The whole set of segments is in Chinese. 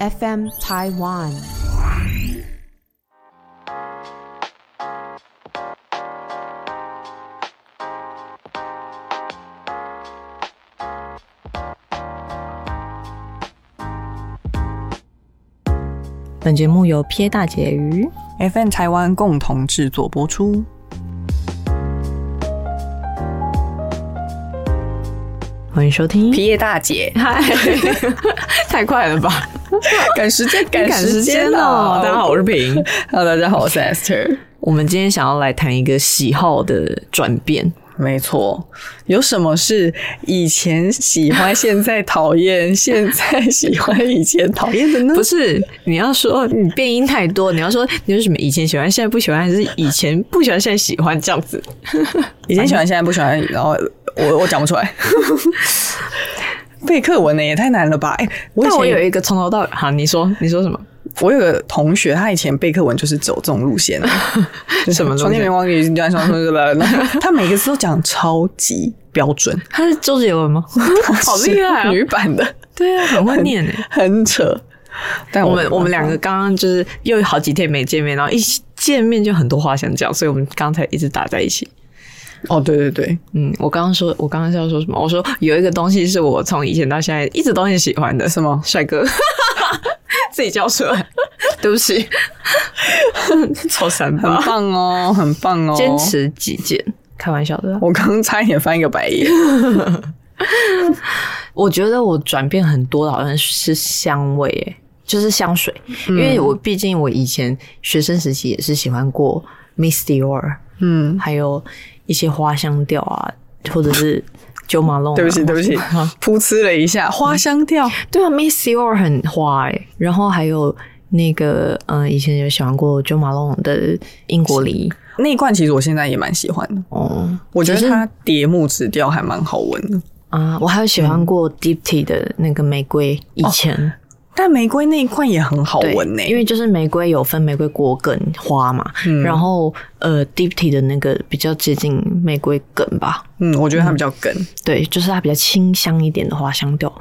FM Taiwan。本节目由撇大姐鱼 FM 台湾共同制作播出。欢迎收听。皮耶大 姐， 嗨，太快了吧！赶时间，赶时间哦！大家好，我是平。 ，Hello，大家好，我是 Esther。 我们今天想要来谈一个喜好的转变。没错，有什么是以前喜欢，现在讨 厌，现在喜欢，以前讨厌的呢不？是你要说你变音太多，你要说你是什么以前喜欢，现在不喜欢，还是以前不喜欢，现在喜欢这样子？以前喜欢，现在不喜欢，然后我我讲不出 来。背课文呢也太难了吧！哎、我以但前我有一个从头到尾，好，你说你说什么？我有个同学，他以前背课文就是走这种路线 的，什么 路线床前明王给你端双对吧？他每个字都讲超级标准，他是周杰伦吗？ 好厉害啊！女版的， 对啊，很会念诶、很扯。但我们我们两个刚刚就是又好几天没见面，然后一起见面就很多话想讲，所以我们刚才一直打在一起。哦，对对对，嗯，我刚刚说，我刚刚是要说什么？我说有一个东西是我从以前到现在一直都很喜欢的，什么？帅哥， 自己叫出来， 对不起，臭三很八，棒哦，很棒哦，坚。持己见，开玩笑的。啊我刚差一点翻一个白眼，我觉得我转变很多的，好像是香味、欸，就是香水，因为我毕竟我以前学生时期也是喜欢过 Miss Dior，嗯，还有一些花香调啊，或者是 Jo Malone 啊。对不起对不起或者，噗呲了一下，花香调，对啊，Miss Dior 很花哎、然后还有那个嗯、呃以前有喜欢过 Jo Malone 的英国梨那一罐其实我现在也蛮喜欢的，哦我觉得就是它叠木质调还蛮好闻的。啊，我还有喜欢过 Deep Tea 的那个玫瑰，以前但玫瑰那一罐也很好对闻呢、因为就是玫瑰有分玫瑰果梗花嘛，然后呃 Deep Tea 的那个比较接近玫瑰梗吧，嗯，我觉得它比较梗，对，就是它比较清香一点的花香调。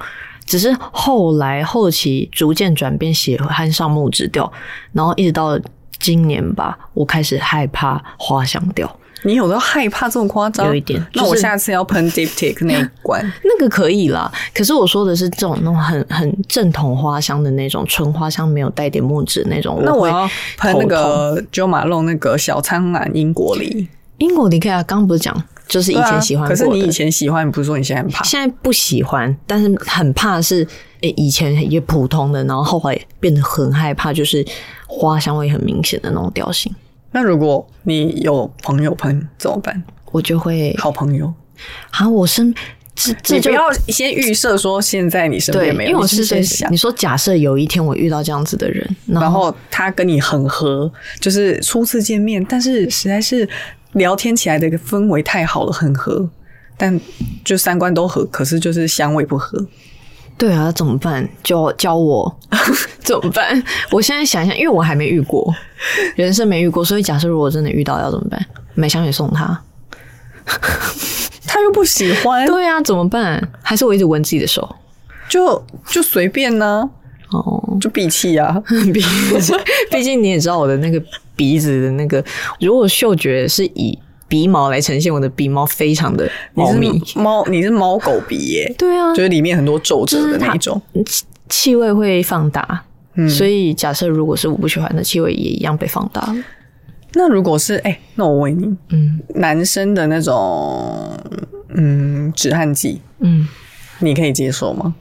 只是后来后期逐渐转变喜欢上木质调，然后一直到今年吧，我开始害怕花香调。你有时候害怕这么夸张，有一点那就是我下次要喷 Diptic 那一罐，那个可以啦，可是我说的是这种那种很很正统花香的那种纯花香，没有带点木质那种。那我会要喷那头痛个 Jo Malone 那个小苍兰英国梨。英国离开啊，刚不是讲就是以对啊前喜欢可过的，是你以前喜欢，你不是说你现在很怕？现在不喜欢，但是很怕是诶、以前也普通的，然后后来变得很害怕，就是花香味很明显的那种调性，那如果你有朋友喷怎么办？我就会好朋友，啊，我身这这你不就要先预设说现在你身对，边因没有，为我你是先想你。说假设有一天我遇到这样子的人，然然后后他跟你很合，就是初次见面，但是实在是聊天起来的一个氛围太好了，很合，但就三观都合，可是就是香味不合。对啊，怎么办？教 教我怎么办？ 我现在想一想，因为我还没遇过，人生没遇过，所以假设如果真的遇到要怎么办？买香水送他？他又不喜欢，对啊，怎么办？还是我一直闻自己的手？就就随便呢、哦，就闭气啊。 毕竟毕竟你也知道我的那个鼻子的那个，如果嗅觉是以鼻毛来呈现，我的鼻毛非常的你茂密。是猫，你是猫狗鼻耶、对啊，就是里面很多皱褶的那一种。气气味会放大。所以假设如果是我不喜欢的气味，也一样被放大了。那如果是哎、那我问你，嗯男生的那种嗯止汗剂，嗯，你可以接受吗？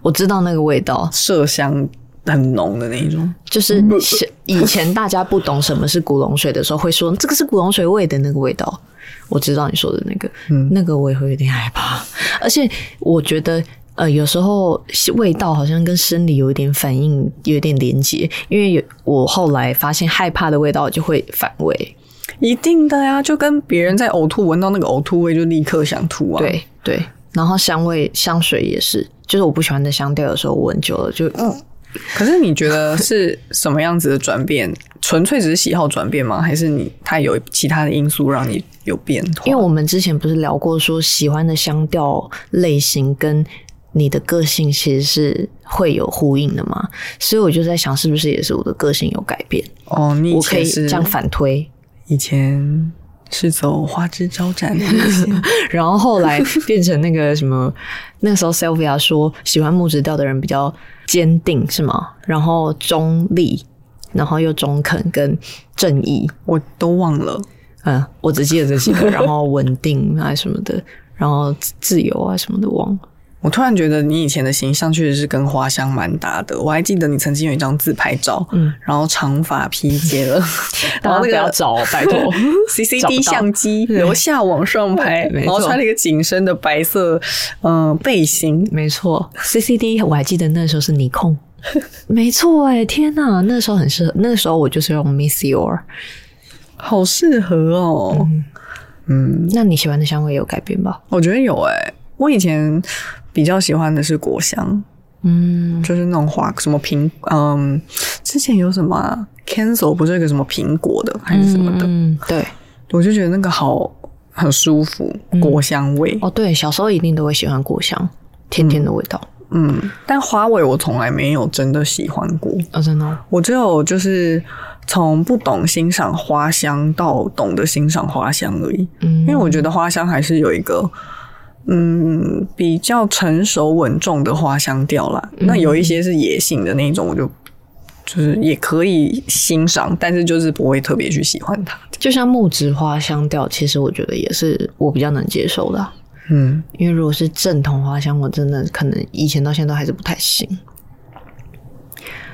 我知道那个味道，麝香很浓的那一种。就是是以前大家不懂什么是古龙水的时候，会说这个是古龙水味的那个味道。我知道你说的那个，那个我也会有点害怕。而且我觉得，呃，有时候是味道好像跟生理有一点反应，有一点连接。因为有我后来发现，害怕的味道就会反胃。一定的呀，就跟别人在呕吐，闻到那个呕吐味就立刻想吐啊。，对对，然后香味香水也是，就是我不喜欢的香调，有时候闻久了就嗯。可是你觉得是什么样子的转变？纯粹只是喜好转变吗？还是你它有其他的因素让你有变化？因为我们之前不是聊过说喜欢的香调类型跟你的个性其实是会有呼应的嘛。所以我就在想，是不是也是我的个性有改变？哦，你以我可以前这是样反推。以前是走花枝招展的路 线，然后后 来变成那个什么，那时候 Sylvia 说喜欢木质调的人比较坚定是吗？然后中立，然后又中肯跟正义，我都忘了。嗯，我只记得这几 个，然后稳定啊什么的，然后自由啊什么的忘了。我突然觉得你以前的形象确实是跟花香蛮搭的。我还记得你曾经有一张自拍照，嗯然后长发披肩 了，然后那个大家不要找哦拜 托找不 CCD 到相机留下往上拍，没然后错穿了一个紧身的白色嗯、呃背心，没错，CCD 我还记得那时候是尼 控，没错哎、天哪，那时候很适合，那时候我就是用 Miss Your。好适合哦。嗯，那你喜欢的香味有改变吧？我觉得有哎、我以前比较喜欢的是果香，嗯，就是那种花什么苹，嗯，之前有什么、啊、Cancel 不是有一个什么苹果的还是什么的，嗯，对，我就觉得那个好很舒服，果香味。嗯哦对，小时候一定都会喜欢果香，甜甜的味道。嗯但花味我从来没有真的喜欢过，哦，真的哦我只有就是从不懂欣赏花香到懂得欣赏花香而已。嗯，因为我觉得花香还是有一个。嗯，比较成熟稳重的花香调啦。嗯那有一些是野性的那一种，我就就是也可以欣赏，但是就是不会特别去喜欢它。就像木质花香调，其实我觉得也是我比较能接受的啊、嗯，因为如果是正统花香，我真的可能以前到现在都还是不太行。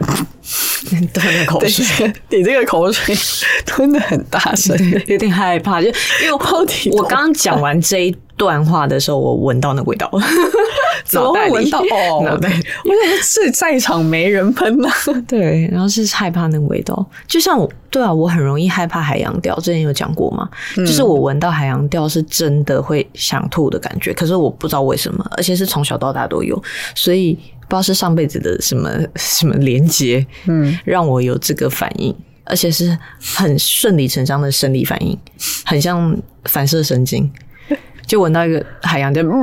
吞了 口对， 你这个口水 吞的很大声。有点害怕，就因为我到底我刚刚讲完这一段话的时候，我闻到那个味道， 怎么会闻到？哦，脑袋里因为是在场没人喷呐、对，然后是害怕那个味道，就像我对啊，我很容易害怕海洋调，之前有讲过嘛，就是我闻到海洋调是真的会想吐的感觉，可是我不知道为什么，而且是从小到大都有，所以不知道是上辈子的什么什么连接，嗯，让我有这个反应，而且是很顺理成章的生理反应，很像反射神经。就闻到一个海洋调，嗯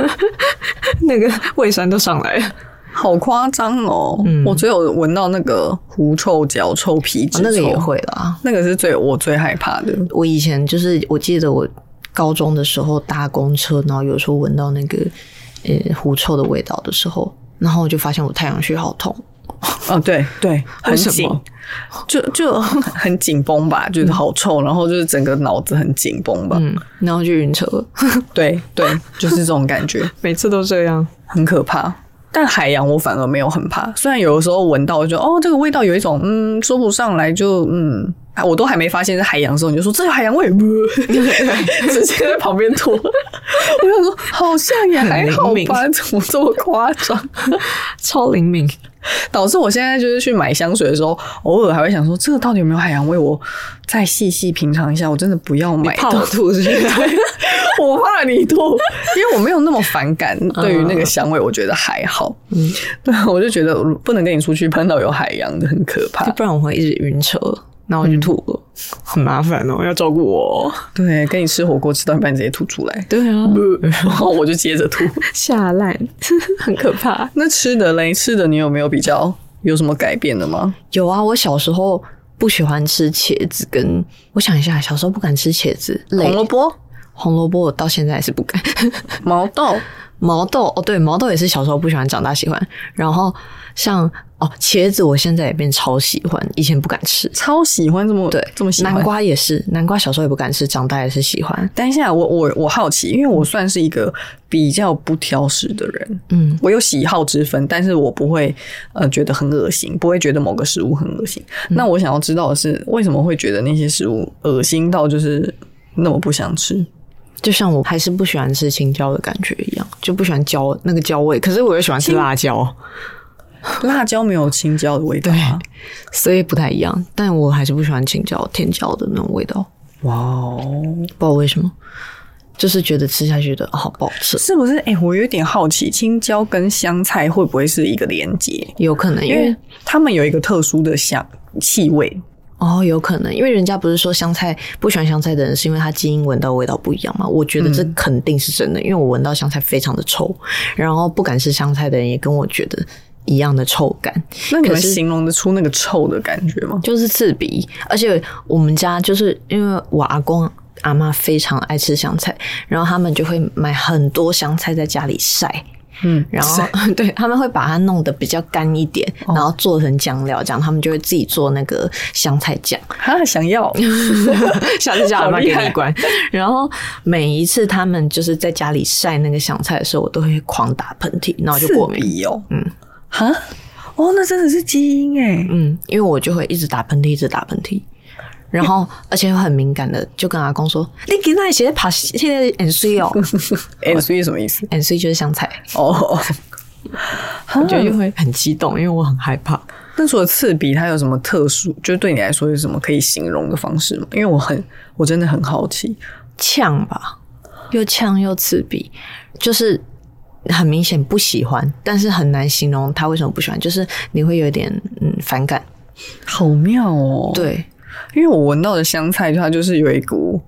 那个胃酸都上来了。好夸张哦！我只有闻到那个狐臭脚臭皮嗯啊质、那个也，会啦，那个是最我最害怕的。我以前就是我记得我高中的时候搭公车，然后有时候闻到那个呃狐臭的味道的时候，然后我就发现我太阳穴好痛。哦，对对，很什么紧，就就 很紧绷吧，觉得好臭，然后就是整个脑子很紧绷吧。嗯，然后就晕车了，对对，就是这种感觉，每次都这样。很可怕。但海洋我反而没有很怕，虽然有的时候闻到就觉得哦，这个味道有一种嗯说不上来就，嗯，啊我都还没发现是海洋的时候，你就说这有海洋味，直接在旁边吐。我想说好像也还好很灵吧，怎么这么夸张？超灵敏，导致我现在就是去买香水的时候，偶尔还会想说这个到底有没有海洋味？我再细细品尝一下，我真的不要买怕到。我吐 是不是？ 我怕你吐，因为我没有那么反感，对于那个香味，我觉得还好。嗯，对，我就觉得不能跟你出去碰到有海洋的，很可怕就。不然我会一直晕车，然后我就吐了，很嗯麻烦哦，要照顾我。 对，跟你吃火锅吃到一半直接吐出来，对啊， 然后我就接着吐。下烂， 很可 怕。那吃的嘞，吃的你有没有比较有什么改变的吗？有啊，我小时候不喜欢吃茄子跟，我想一下，小时候不敢吃茄子，红类萝卜、红萝卜我到现在还是不敢。 毛豆，毛豆哦，对，毛豆也是小时候不喜欢，长大喜欢。然后像哦，茄子我现在也变超喜欢，以前不敢吃。超喜欢这么对，这么喜欢南瓜也是，南瓜小时候也不敢吃，长大也是喜欢。等一下，我我我好奇，因为我算是一个比较不挑食的人，嗯，我有喜好之分，但是我不会呃觉得很恶心，不会觉得某个食物很恶心。嗯那我想要知道的是，为什么会觉得那些食物恶心到就是那么不想吃？就像我还是不喜欢吃青椒的感觉一样，就不喜欢椒那个椒味。可是我又喜欢吃辣椒，辣椒没有青椒的味道啊！所以不太一样。但我还是不喜欢青椒、甜椒的那种味道，哇哦，不知道为什么，就是觉得吃下去的、哦好不好吃，是不是？哎、我有点好奇，青椒跟香菜会不会是一个连接？有可能因因为为他们有一个特殊的香气味，哦，有可能，因为人家不是说香菜不喜欢香菜的人，是因为他基因闻到味道不一样嘛？我觉得这肯定是真的，因为我闻到香菜非常的臭，然后不敢吃香菜的人也跟我觉得一样的臭感，那你们可是形容得出那个臭的感觉吗？就是刺鼻。而且我们家就是因为我阿公阿妈非常爱吃香菜，然后他们就会买很多香菜在家里晒。嗯，然后 对他们会把它弄得比较干一点，然后做成酱料，这样他们就会自己做那个香菜酱。哈，想要 下次叫阿妈好给厉害你关。然后每一次他们就是在家里晒那个香菜的时候，我都会狂打喷嚏，然后就刺过敏。鼻哦，嗯哈，哦，那真的是基因哎，嗯，因为我就会一直打喷嚏，一直打喷嚏。然后， 而且很敏感的，就跟阿公说：“你给那些爬现在 N C 哦 哎，所以什么意思？ ，N C 就是香菜。 哦，”我嗯觉得就会很激动，因为我很害怕。那除了刺鼻，它有什么特殊？就是对你来说有什么可以形容的方式吗？因为我很，我真的很好奇。呛吧，又呛又刺鼻，就是很明显不喜欢，但是很难形容他为什么不喜欢，就是你会有点嗯反感。好妙哦！，对，因为我闻到的香菜，它就是有一股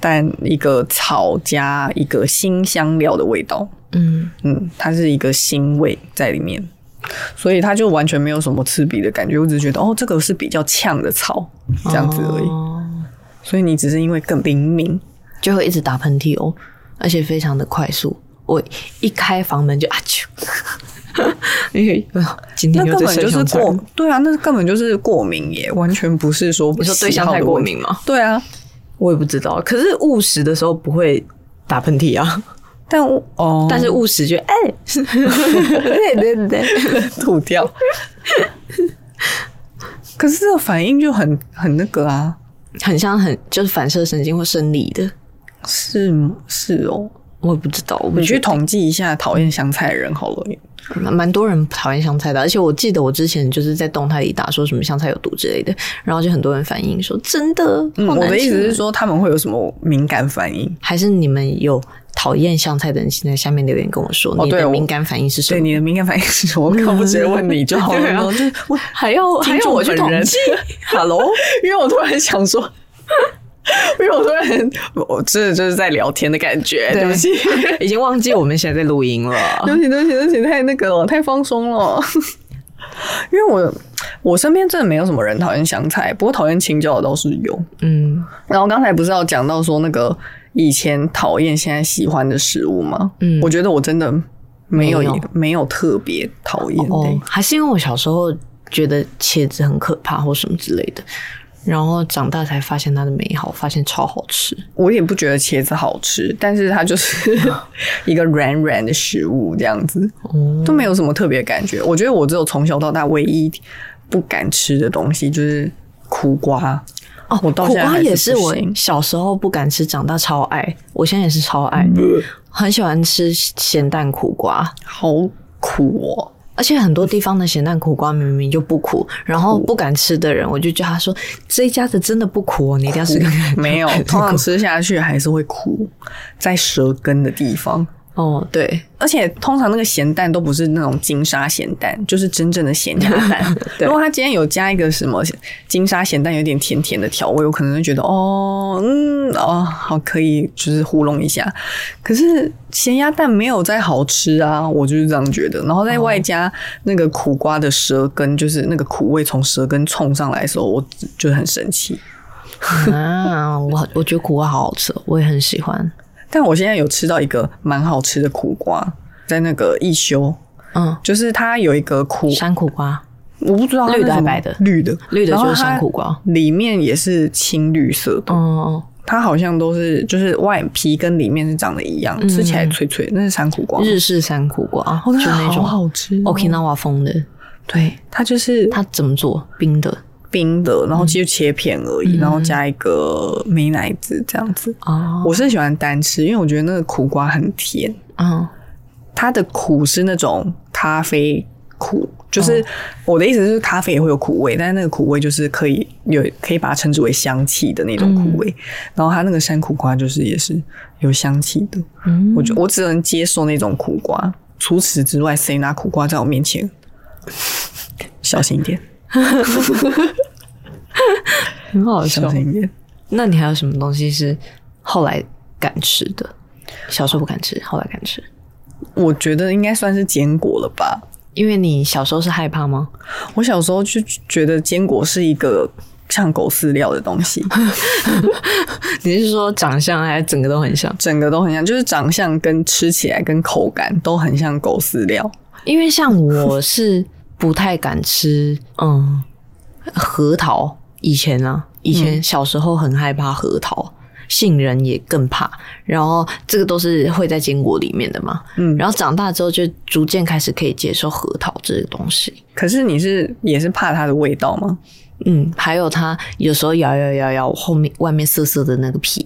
但一个草加一个新香料的味道，嗯。嗯，它是一个腥味在里面，所以它就完全没有什么刺鼻的感觉。我只是觉得，哦，这个是比较呛的草，这样子而已。哦所以你只是因为更灵敏，就会一直打喷嚏哦，而且非常的快速。我一开房门就啊啾，因为哎今那天又根在本就睡是香菜过，对啊，那根本就是过敏耶，完全不是说你说对喜香好菜的过问题敏吗？对啊，我也不知道，可是误食的时候不会打喷嚏啊，但我哦，但是误食就 哎，对对对，吐掉。可是这个反应就很很那个啊，很像很就是反射神经或生理的，是是哦。我也不知道，我不你去觉得统计一下讨厌香菜的人好了，蛮蛮多人讨厌香菜的，而且我记得我之前就是在动态里打说什么香菜有毒之类的，然后就很多人反映说真的，嗯，好我难的意思吃哦是说他们会有什么敏感反应？还是你们有讨厌香菜的人，请在下面留言跟我说、哦你对的我敏感反应是什对， 么？你的敏感反应是什么？我干嘛不直接问你就好 对了啊呢？就是 我，还要还听要众我去本统人 计？Hello，因为我突然想说， 因为我突然，我真的就是在聊天的感觉，对不起，已经忘记我们现在在录音了。 对不起，对不起，对不起，太那个了，太放松了。 因为我我身边真的没有什么人讨厌香菜，不过讨厌青椒的倒是有。嗯然后刚才不是要讲到说那个以前讨厌现在喜欢的食物吗？嗯我觉得我真的没有没没有有特别讨厌的、 哦，还是因为我小时候觉得茄子很可怕或什么之类的，然后长大才发现它的美好，发现超好吃。我也不觉得茄子好吃，但是它就是 一个软软的食物这样子，都没有什么特别感觉。我觉得我只有从小到大唯一不敢吃的东西就是苦瓜。哦，我到苦现在瓜还也是是不我行小时候不敢吃，长大超爱，我现在也是超爱，嗯很喜欢吃咸蛋苦瓜。好苦哦！而且很多地方的咸蛋苦瓜明明就不 苦，然后不敢吃的人，我就叫他说这一家的真的不苦哦，你一定要试看看。没有，通常吃下去还是会苦，在舌根的地方。 哦，对，而且通常那个咸蛋都不是那种金沙咸蛋，就是真正的咸鸭蛋。如果它今天有加一个什么金沙咸蛋，有点甜甜的调味，我可能会觉得哦，嗯，哦，好可以，就是糊弄一下。可是咸鸭蛋没有再好吃啊，我就是这样觉得。然后再外加那个苦瓜的舌根，就是那个苦味从舌根冲上来的时候，我就很生气。 啊，我我觉得苦瓜好好吃哦，我也很喜欢。但我现在有吃到一个蛮好吃的苦瓜，在那个一休，嗯，就是它有一个苦山苦瓜，我不知道它绿的是还什么白的绿的，绿的然后就是山它苦瓜里面也是青绿色的，哦、它好像都是就是外皮跟里面是长得一样，嗯吃起来脆脆，那是山苦瓜吗。日式山苦瓜，哦，就那那好种好吃哦、 Okinawa 风的。对，它就是它怎么做？冰的冰的，然后就切片而已，然后加一个美奶滋这样子。嗯哦，我是喜欢单吃，因为我觉得那个苦瓜很甜，嗯，它的苦是那种咖啡苦，就是我的意思是咖啡也会有苦味，但是那个苦味就是可以有可以把它称之为香气的那种苦味。然后它那个山苦瓜就是也是有香气的，嗯我就我只能接受那种苦瓜。除此之外，谁拿苦瓜在我面前？小心一点。很好 笑小。心一点。那你还有什么东西是后来敢吃的？小时候不敢吃，后来敢吃，我觉得应该算是坚果了吧。因为你小时候是害怕吗？我小时候就觉得坚果是一个像狗饲料的东西，你是说长相还是整个都很像？整个都很像，就是长相跟吃起来跟口感都很像狗饲料。因为像我是不太敢吃， 嗯，核桃。以前啊，以前小时候很害怕核桃，杏仁也更怕。然后这个都是会在坚果里面的嘛。嗯然后长大之后就逐渐开始可以接受核桃这个东西。可是你是也是怕它的味道吗？嗯，还有它有时候咬咬咬咬后面外面涩涩的那个皮，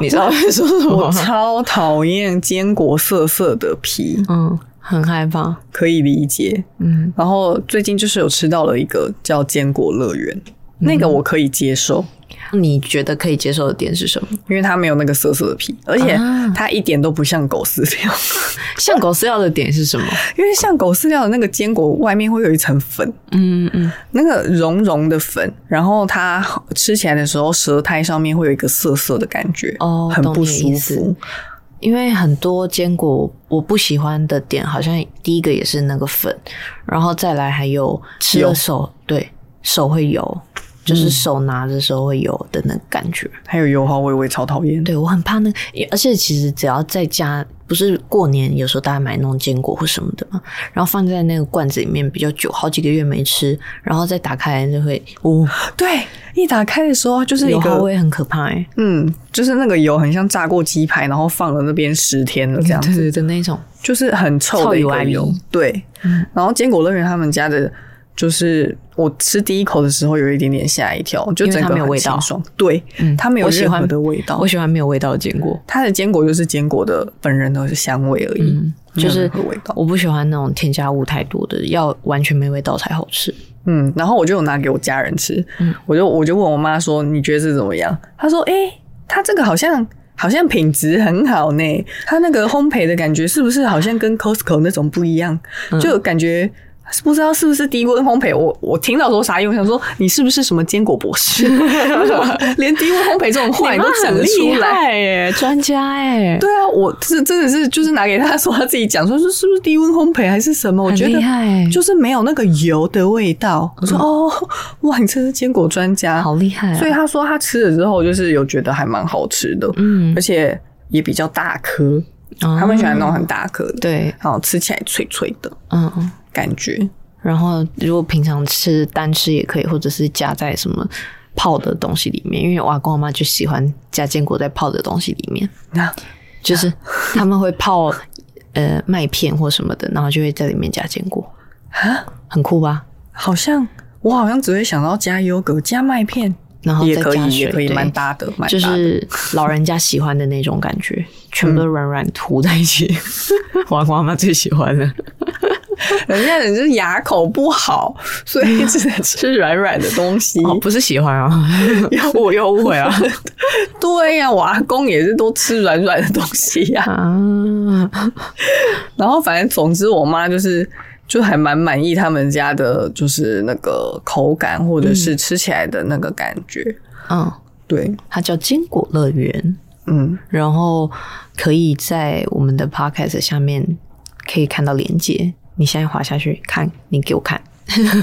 你知道我在说什么 我吗？超讨厌坚果涩涩的皮， 嗯， 很害怕。可以理解。嗯，然后最近就是有吃到了一个叫坚果乐园，嗯那个我可以接受，你觉得可以接受的点是什么？因为它没有那个涩涩的皮，而且啊它一点都不像狗饲料。 像狗饲料的点是什么？因为像狗饲料的那个坚果外面会有一层粉，嗯嗯，那个绒绒的粉，然后它吃起来的时候，舌苔上面会有一个涩涩的感觉，哦很懂不你的舒意服思。因为很多坚果我不喜欢的点，好像第一个也是那个粉，然后再来还有吃油嗯了手，对手会油，就是手拿的时候会油的那个感觉。还有油花味，我也超讨厌。对我很怕那个，而且其实只要在家，不是过年有时候大家买那种坚果或什么的嘛，然后放在那个罐子里面比较久，好几个月没吃，然后再打开来就会，哦，对，一打开的时候就是一油耗个，味很可怕哎、嗯，就是那个油很像炸过鸡排，然后放了那边十天了这样子，对的那种，就是很臭嗯臭的一油个啊油你。对，嗯然后坚果乐园他们家的。就是我吃第一口的时候有一点点吓一跳，就因为整它个没有很味道清爽，对，嗯它没有我喜任欢何的味道我。喜欢没有味道的坚果，它的坚果就是坚果的本人的香味而已，没嗯就有任是何味道。我不喜欢那种添加物太多的，要完全没味道才好吃。嗯，然后我就有拿给我家人吃，嗯我就我就问我妈说：“你觉得这怎么样？”她说：“诶、它这个好像好像品质很好呢，它那个烘焙的感觉是不是好像跟 Costco 那种不一样？嗯就感觉。”不知道是不是低温烘焙，我我听到说啥用？我想说你是不是什么坚果博士？ 为什么连低温烘焙这种话你都讲得出来？耶，专家哎，对啊，我是真的是就是拿给他说他自己讲说是是不是低温烘焙还是什么？我很觉得厉害嗯就是没有那个油的味道。我说哦， 哇，你真是坚果专家，好厉害、啊，所以他说他吃了之后就是有觉得还蛮好吃的，嗯哦而且也比较大颗，他们喜欢那种很大颗的，，对，然后吃起来脆脆的嗯嗯。感觉。然后如果平常吃单吃也可以，或者是加在什么泡的东西里面，因为我阿公阿妈就喜欢加坚果在泡的东西里面，那 就是他们会泡呃麦片或什么的，然后就会在里面加坚果，很酷吧？啊好像我好像只会想到加优格、加麦片，然后也再可加以，水也可以，对蛮搭的，蛮搭的。就是老人家喜欢的嗯那种感觉，全部都软软涂在一 起。我阿公阿妈最喜欢的，人家人就是牙口不好，所以只能吃软软的东西。哦，不是喜欢 啊，我又误会啊对呀、我阿公也是都吃软软的东西呀、啊！然后反正总之，我妈就是就还蛮满意他们家的，就是那个口感或者是吃起来的那个感觉。嗯，对，它叫坚果乐园。嗯，然后可以在我们的 podcast 下面可以看到连接。你现在滑下去看，你给我 看，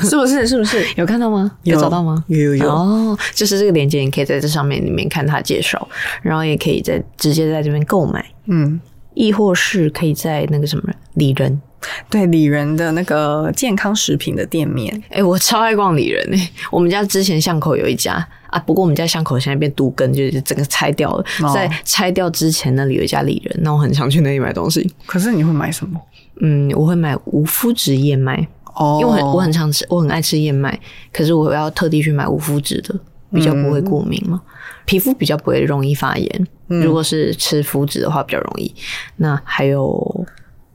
是不是？是不是？有看到吗？有找到吗？有有有哦，就是这个连接，你可以在这上面里面看它介绍，然后也可以在直接在这边购买，嗯，亦或是可以在那个什么里仁。对，李仁的那个健康食品的店面，哎、我超爱逛里仁诶、我们家之前巷口有一家啊，不过我们家巷口现在变都更，就是整个拆掉了。哦在拆掉之前，那里有一家里仁，那我很想去那里买东西。可是你会买什么？嗯，我会买无麸质燕麦，哦因为我很我很常吃，我很爱吃燕麦，可是我要特地去买无麸质的，比较不会过敏嘛，皮肤比较不会容易发炎。如果是吃麸质的话，比较容易。那还有，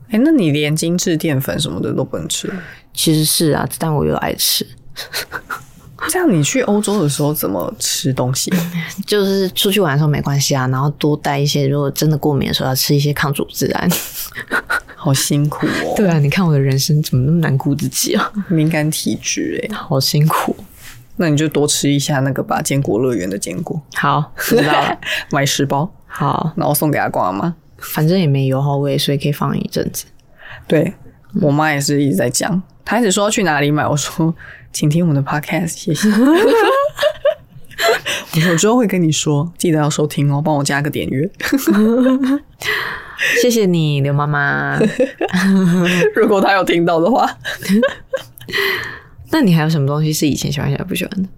哎、那你连精致淀粉什么的都不能吃？其实是啊，但我又爱吃，这样你去欧洲的时候怎么吃东西？就是出去玩的时候没关系啊，然后多带一些，如果真的过敏的时候要吃一些抗组织 胺。好辛苦哦， 对啊，你看我的人生怎么那么难顾自己啊，敏感体质哎、好辛苦。那你就多吃一下那个吧，坚果乐园的坚果，好，知道了。买十包，好，然后送给阿公阿妈。反正也没油耗味，所以可以放一阵子。对我妈也是一直在讲，她一直说要去哪里买，我说请听我们的 podcast，谢谢。我说我之后会跟你说，记得要收听哦，帮我加个点阅。谢谢你，刘妈 妈。如果她有听到的话，那你还有什么东西是以前喜欢，现在不喜欢的？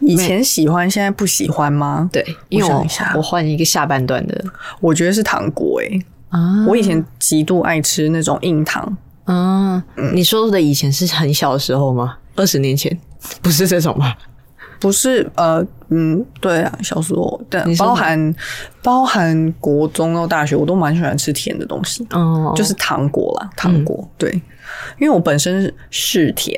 以前喜欢，现在不喜欢吗？，对，因为我我想一下我换一个下半段的我觉得是糖果诶、啊我以前极度爱吃那种硬糖，啊，你说的以前是很小的时候吗？二十年前不是这种吧？不是呃嗯，对啊，小时候，但你说包含包含国中到大学，我都蛮喜欢吃甜的东西，哦，嗯就是糖果啦，糖果、对，因为我本身是甜，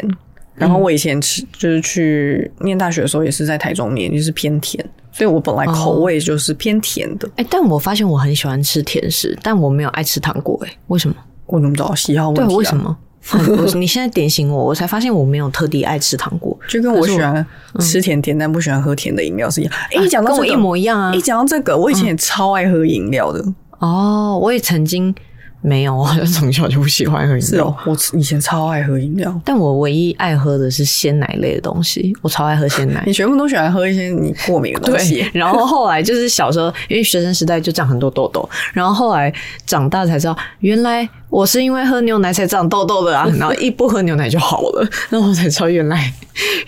然后我以前嗯吃就是去念大学的时候也是在台中念，就是偏甜，所以我本来哦口味就是偏甜的。哎、但我发现我很喜欢吃甜食，但我没有爱吃糖果、哎，为什么？我怎么知道喜好问题、对啊？，为什？么？ 我你现在点醒我，我才发现我没有特地爱吃糖果，就跟我可是喜欢吃甜点，但不喜欢喝甜的饮料是一样。哎、一讲到、跟这我个一模一样啊嗯一！讲到这个，我以前也超爱喝饮料的， 哦，我也曾经没 有，我好像从小就不喜欢喝饮是料。哦，我以前超爱喝饮料。但我唯一爱喝的是鲜奶类的东西，我超爱喝鲜奶你。全部都喜欢喝一些你过敏的东西 对，，然后后来就是小时候，因为学生时代就长很多痘痘，然后后来长大才知道，原来我是因为喝牛奶才长痘痘 的啊。然后一不喝牛奶就好了， 然后我才知道原来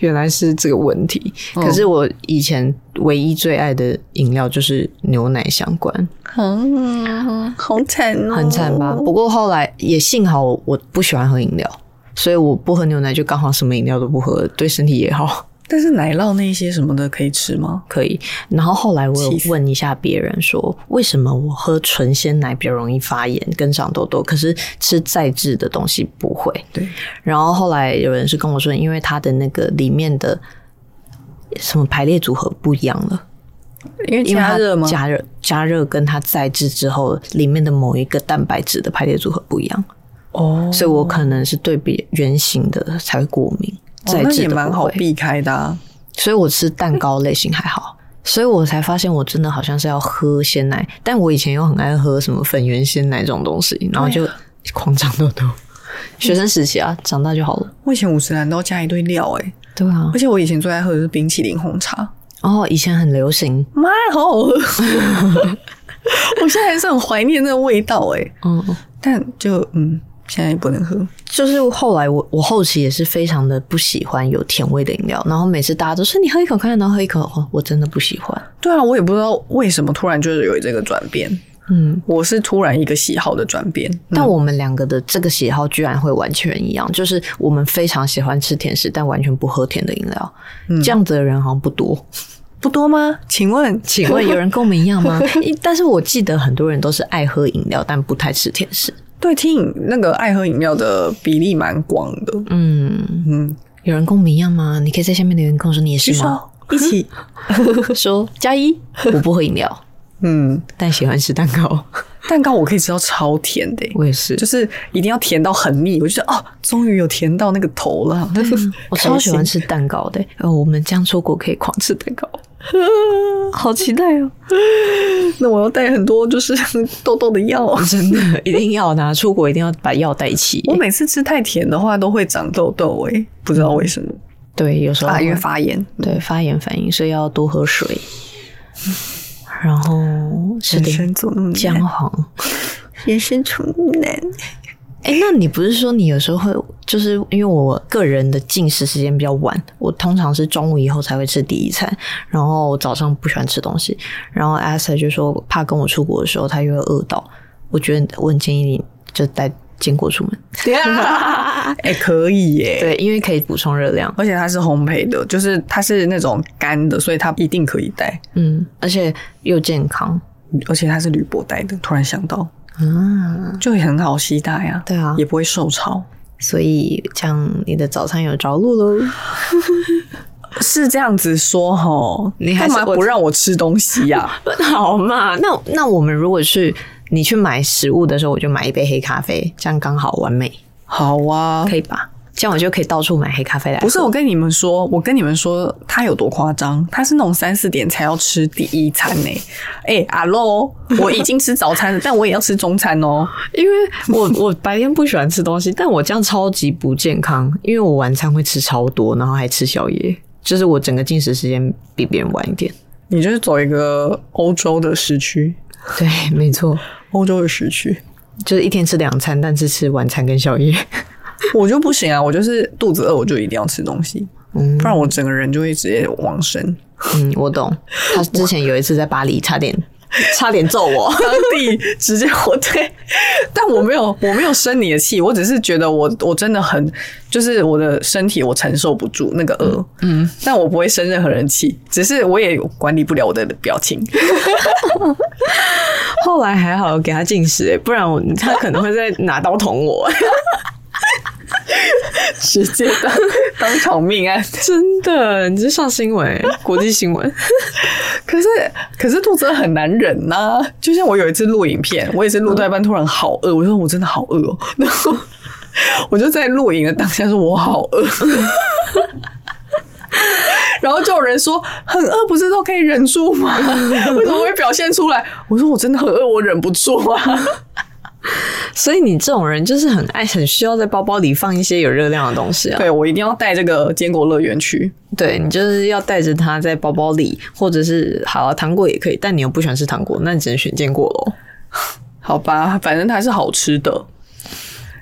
原来是这个问题。可是我以前唯一最爱的饮料就是牛奶相关， 嗯，好惨哦，很惨吧？不过后来也幸好我不喜欢喝饮料，所以我不喝牛奶就刚好什么饮料都不喝，对身体也好。但是奶酪那些什么的可以吃吗？可以。然后后来我有气死问一下别人说，为什么我喝纯鲜奶比较容易发炎跟长痘痘，可是吃再制的东西不会？对，然后后来有人是跟我说，因为它的那个里面的什么排列组合不一样了，因为因为它加热吗？加热加热跟它再制之后里面的某一个蛋白质的排列组合不一样，哦，所以我可能是对比原型的才会过敏。哦再那制也的蛮不好会避开的啊。所以我吃蛋糕类型还好，所以我才发现我真的好像是要喝鲜奶，但我以前又很爱喝什么粉圆鲜奶这种东西，然后就啊狂长痘 痘。学生时期啊，长大就好了。我以前五十兰都要加一堆料哎、对啊而，且我以前最爱喝的是冰淇淋红茶，哦，以前很流行，妈的好 好喝！我现在还是很怀念那个味道哎、嗯，但就嗯，现在也不能喝。就是后来我我后期也是非常的不喜欢有甜味的饮料，然后每次大家都说你喝一口看看，然后喝一口，哦，我真的不喜欢。对啊，我也不知道为什么突然就是有这个转变，嗯，我是突然一个喜好的转变，嗯但我们两个的这个喜好居然会完全一样，就是我们非常喜欢吃甜食，但完全不喝甜的饮料。这样子的人好像不多。不多吗？请问，请问有人跟我们一样吗？ 一但是我记得很多人都是爱喝饮料，但不太吃甜食。对听那个爱喝饮料的比例蛮广的，嗯，嗯，有人跟我们一样吗？你可以在下面留言跟我说你也据是吗？说一起， 说加一，我不喝饮料，嗯，但喜欢吃蛋糕。蛋糕我可以吃到超甜的、 我也是就，是一定要甜到很腻，我就觉得哦，终于有甜到那个头了，我超喜欢吃蛋糕的、呃，我们这样出国可以狂吃蛋糕，好期待哦！ 那我要带很多就是 痘痘的药。真的 一定要拿出国，一定要把药带齐、我每次吃太甜的话都会长痘痘、欸，不知道为什么，对，有时候啊，因为会发炎。对嗯发炎反应，所以要多喝水，然后吃人点生总那么姜难，黄。人生总那么难。哎、那你不是说你有时候会，就是因为我个人的进食时间比较晚，我通常是中午以后才会吃第一餐，然后我早上不喜欢吃东西，然后阿 sa 就说怕跟我出国的时候他又会饿到，我觉得我很建议你就带坚果出门，哎、可以耶、对，因为可以补充热量，而且它是烘焙的，就是它是那种干的，所以它一定可以带，嗯，而且又健康而且它是铝箔带的。突然想到，啊，就很好携带啊，对啊也不会受潮。所以这样你的早餐有着落喽。是这样子说吼，啊你还干是嘛我不让我吃东西啊呀、 好嘛，那那我们如果去你去买食物的时候，我就买一杯黑咖啡，这样刚好完美，好啊可，以吧？这样我就可以到处买黑咖啡来喝。不是，我跟你们说，我跟你们说，他有多夸张？他是那种三四点才要吃第一餐呢、哎、阿 l o 我已经吃早餐了，但我也要吃中餐哦。因 为我我白天不喜欢吃东西，但我这样超级不健康，因为我晚餐会吃超多，然后还吃宵夜，就是我整个进食时间比别人晚一点。你就是走一个欧洲的时区，对， 没错，欧洲的时区，就是一天吃两餐，但是吃晚餐跟宵夜。我就不行啊，我就是肚子饿，我就一定要吃东西，不然我整个人就会直接往生。嗯，我懂。他之前有一次在巴黎，差点差点揍我。当地直接火对，但我没有， 我没有生你的气，我只是觉得我我真的很，就是我的身体我承受不住那个饿，嗯，但我不会生任何人气，只是我也管理不了我的表情。后来还好给他进食、欸，不然我他可能会再拿刀捅我。 直接当 当场命案。真的，你这上新闻、欸，国际新闻。可是可是肚子饿很难忍呐、就像我有一次录影片，我也是录到一半突然好饿，我说我真的好饿哦， 然后我就在录影的当下说我好饿。 然后就有人说很饿不是都可以忍住吗？ 为什么会表现出来？我说我真的很饿，我忍不住啊！ 所以你这种人就是很爱、很需要在包包里放一些有热量的东西啊。对我一定要带这个坚果乐园去，对你就是要带着它在包包里，或者是好、啊、糖果也可以，但你又不喜欢吃糖果，那你只能选坚果喽。好吧，反正它是好吃的。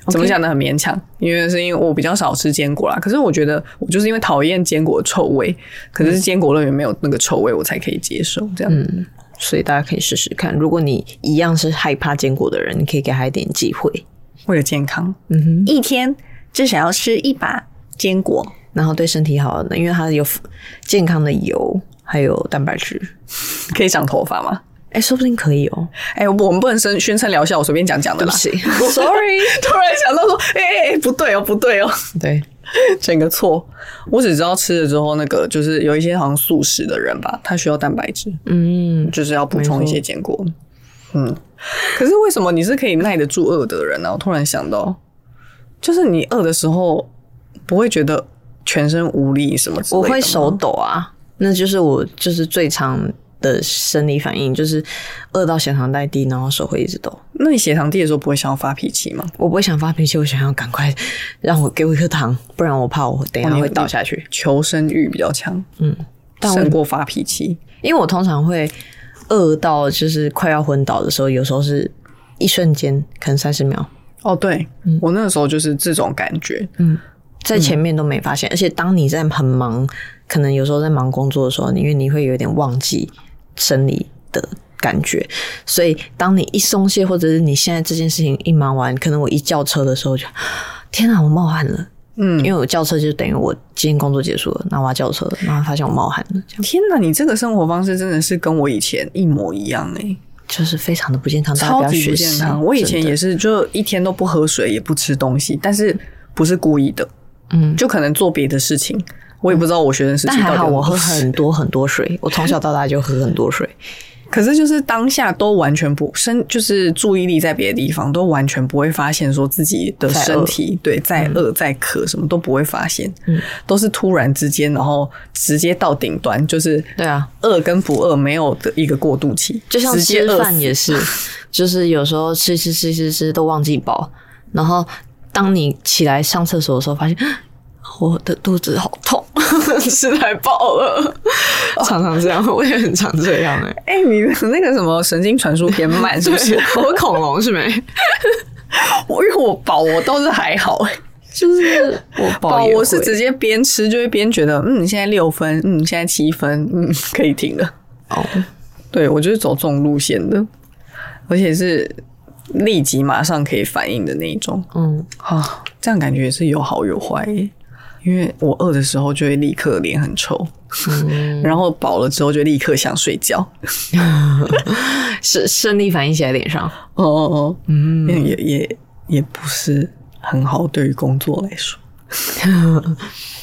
怎么讲呢？很勉强，因为是因为我比较少吃坚果啦。可是我觉得我就是因为讨厌坚果的臭味，可是坚果乐园没有那个臭味，我才可以接受这样。嗯所以大家可以试试看，如果你一样是害怕坚果的人，你可以给他一点机会。为了健康，嗯哼，一天至少要吃一把坚果。然后对身体好的，因为它有健康的油，还有蛋白质。可以长头发吗？哎、说不定可以哦。哎、我们不能宣宣称疗效，我随便讲讲的对啦哎不。起，sorry。 突然想到说，哎哎哎，不对哦，不对哦，对，整个错。我只知道吃了之后，那个就是有一些好像素食的人吧，他需要蛋白质，嗯，就是要补充一些坚果。嗯，可是为什么你是可以耐得住饿的人啊呢、我突然想到，就是你饿的时候不会觉得全身无力什么之类 我的吗会手抖啊，那就是我就是最常的生理反应，就是饿到血糖太低，然后手会一直抖。那你血糖低的时候不会想要发脾气吗？我不会想发脾气，我想要赶快让我给我一颗糖，不然我怕我等一下会倒下去。求生欲比较强，嗯，但我嗯胜过发脾气。因为我通常会饿到就是快要昏倒的时候，有时候是一瞬间，可能三十秒，哦，对、我那个时候就是这种感觉，在前面都没发现。而且当你在很忙，可能有时候在忙工作的时候，因为你会有点忘记生理的感觉，所以当你一松懈，或者是你现在这件事情一忙完，可能我一叫车的时候就，天啊，我冒汗了。嗯因为我叫车就等于我今天工作结束了，那我要叫车，然后发现我冒汗了，这样天哪，你这个生活方式真的是跟我以前一模一样哎、就是非常的不健康，大家超不要级学不习健康。我以前真的也是，就一天都不喝水，也不吃东西，但是不是故意的，嗯，就可能做别的事情。我也不知道我学生时但期到还底好有没我有喝吃很多很多水，我从小到大就喝很多水。可是就是当下都完全不身，就是注意力在别的地方，都完全不会发现说自己的在饿身体对在饿在渴，什么都不会发现，嗯都是突然之间，然后直接到顶端，就是对啊，饿跟不饿没有的一个过渡期，就像直接吃饿饭死也是，就是有时候吃吃吃吃吃都忘记饱，然后当你起来上厕所的时候，发现我的肚子好痛，吃太饱 了。常常这样，我也很常这样欸哎、哎、你的那个什么神经传输偏慢是不是？ 我恐龙是没，我因为我饱，我倒是还 好、哎就是我饱饱也我是会直接边吃就会边觉得，嗯，现在六分，嗯，现在七分，嗯，可以停了。哦，对我就是走这种路线的，而且是立即马上可以反应的那一种嗯，啊，这样感觉也是有好有坏耶。因为我饿的时候就会立刻脸很臭，嗯然后饱了之后就立刻想睡觉。生生理反应写在脸上，哦哦哦，嗯，也 也也不是很好，对于工作来说。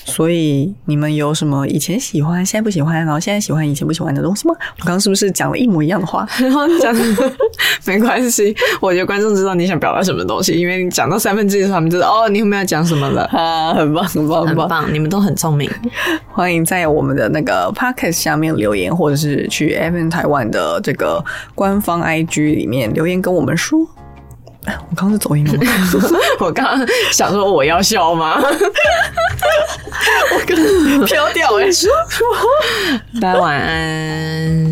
所以你们有什么以前喜欢、现在不喜欢，然后现在喜欢、以前不喜欢的东西吗？我刚刚是不是讲了一模一样的话？然后讲没关系，我觉得观众知道你想表达什么东西，因为你讲到三分之一的时候，他们知道哦，你后面要讲什么 了。 啊，很棒，很棒，很很棒！棒，你们都很聪 明。 欢迎在我们的那个 podcast 下面留言，或者是去 a v e n 台湾的这个官方 IG 里面留言跟我们说。哎我刚刚是走音了吗？我刚刚想说我要笑吗？飘掉哎、欸大家晚安。